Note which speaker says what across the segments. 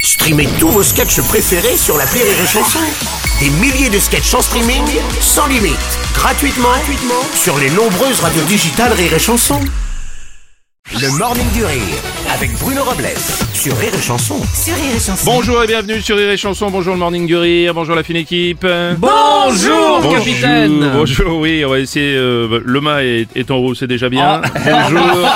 Speaker 1: Streamez tous vos sketchs préférés sur la Rire et Chanson. Des milliers de sketchs en streaming, sans limite, gratuitement, gratuitement sur les nombreuses radios digitales Rire et Chanson. Le Morning du Rire avec Bruno Robles sur Rire et Chanson.
Speaker 2: Bonjour et bienvenue sur Rire et Chanson, bonjour le Morning du Rire, bonjour la fine équipe.
Speaker 3: Bonjour, capitaine
Speaker 2: Bonjour, oui, on va essayer, euh, bah, le mât est, est en roue, c'est déjà bien.
Speaker 3: Ah.
Speaker 2: Bonjour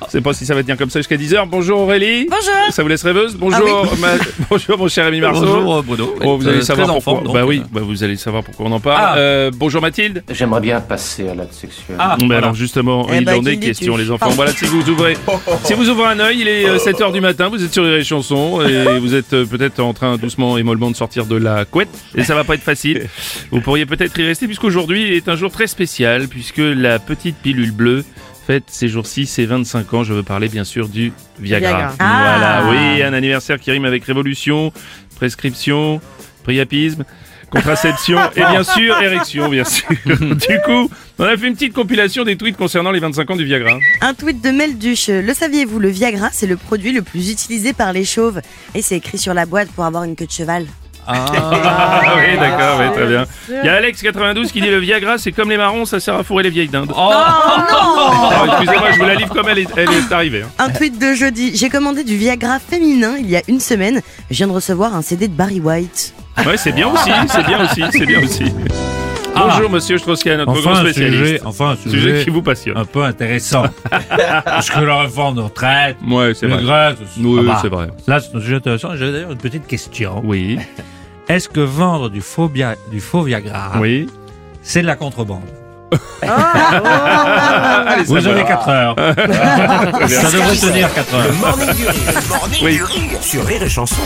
Speaker 2: Je sais pas si ça va tenir comme ça jusqu'à 10h, bonjour Aurélie
Speaker 4: Bonjour.
Speaker 2: Ça vous laisse rêveuse Bonjour ma- Bonjour mon cher ami Marceau
Speaker 3: Ah Bonjour, Bruno.
Speaker 2: Oh, vous
Speaker 3: Euh,
Speaker 2: allez
Speaker 3: très
Speaker 2: savoir
Speaker 3: en
Speaker 2: pourquoi.
Speaker 3: forme, donc,
Speaker 2: bah
Speaker 3: euh.
Speaker 2: oui, bah vous allez savoir pourquoi on en parle.
Speaker 3: Ah.
Speaker 2: Euh, bonjour Mathilde.
Speaker 5: J'aimerais bien passer à l'acte sexuel.
Speaker 3: Ah,
Speaker 2: Mais
Speaker 3: voilà.
Speaker 2: alors justement,
Speaker 4: Eh
Speaker 2: il
Speaker 4: bah,
Speaker 2: en
Speaker 4: qui
Speaker 2: est
Speaker 4: dis-tu
Speaker 2: question les enfants. Voilà, si vous ouvrez, si vous ouvrez un œil, il est 7h du matin, vous êtes sur les chansons et vous êtes euh, peut-être en train doucement et mollement de sortir de la couette et ça va pas être facile. Vous pourriez peut-être y rester puisqu'aujourd'hui est un jour très spécial puisque la petite pilule bleue fête ces jours-ci ses 25 ans. Je veux parler bien sûr du Viagra. Ah.
Speaker 4: Viagra.
Speaker 2: Voilà, oui, un anniversaire qui rime avec révolution, prescription, priapisme contraception et bien sûr érection, bien sûr. du coup, on a fait une petite compilation des tweets concernant les 25 ans du Viagra.
Speaker 4: Un tweet de Melduche. Le saviez-vous, le Viagra, c'est le produit le plus utilisé par les chauves. Et c'est écrit sur la boîte pour avoir une queue de cheval.
Speaker 2: Ah, oui, d'accord, oui, très bien. Il y a Alex92 qui dit le Viagra, c'est comme les marrons, ça sert à fourrer les vieilles dindes. Ah, Excusez-moi, je vous la livre comme elle est, elle est arrivée. hein.
Speaker 4: Un tweet de jeudi. J'ai commandé du Viagra féminin il y a une semaine. Je viens de recevoir un CD de Barry White.
Speaker 2: Ouais, c'est bien aussi, c'est bien aussi, c'est bien aussi. Bonjour, monsieur Strauss-Kahn, notre grand
Speaker 6: Ah. Enfin un,
Speaker 2: spécialiste.
Speaker 6: sujet, enfin un
Speaker 2: Sujet, Ah,
Speaker 6: sujet
Speaker 2: qui vous passionne.
Speaker 6: un peu intéressant. Parce que la réforme de retraite,
Speaker 2: Ouais, c'est
Speaker 6: le
Speaker 2: vrai.
Speaker 6: grâce,
Speaker 2: Oui, c'est vrai.
Speaker 6: Là, c'est un sujet intéressant. J'avais d'ailleurs une petite question.
Speaker 2: Oui,
Speaker 6: Est-ce que vendre du faux, bia- du faux Viagra,
Speaker 2: oui.
Speaker 6: c'est de la contrebande
Speaker 2: Allez, ça
Speaker 6: Vous
Speaker 2: va.
Speaker 6: avez 4 heures. ça devrait tenir 4 heures.
Speaker 1: Le Morning du Rire, le Morning
Speaker 2: Oui.
Speaker 1: du Rire sur Rire et Chanson.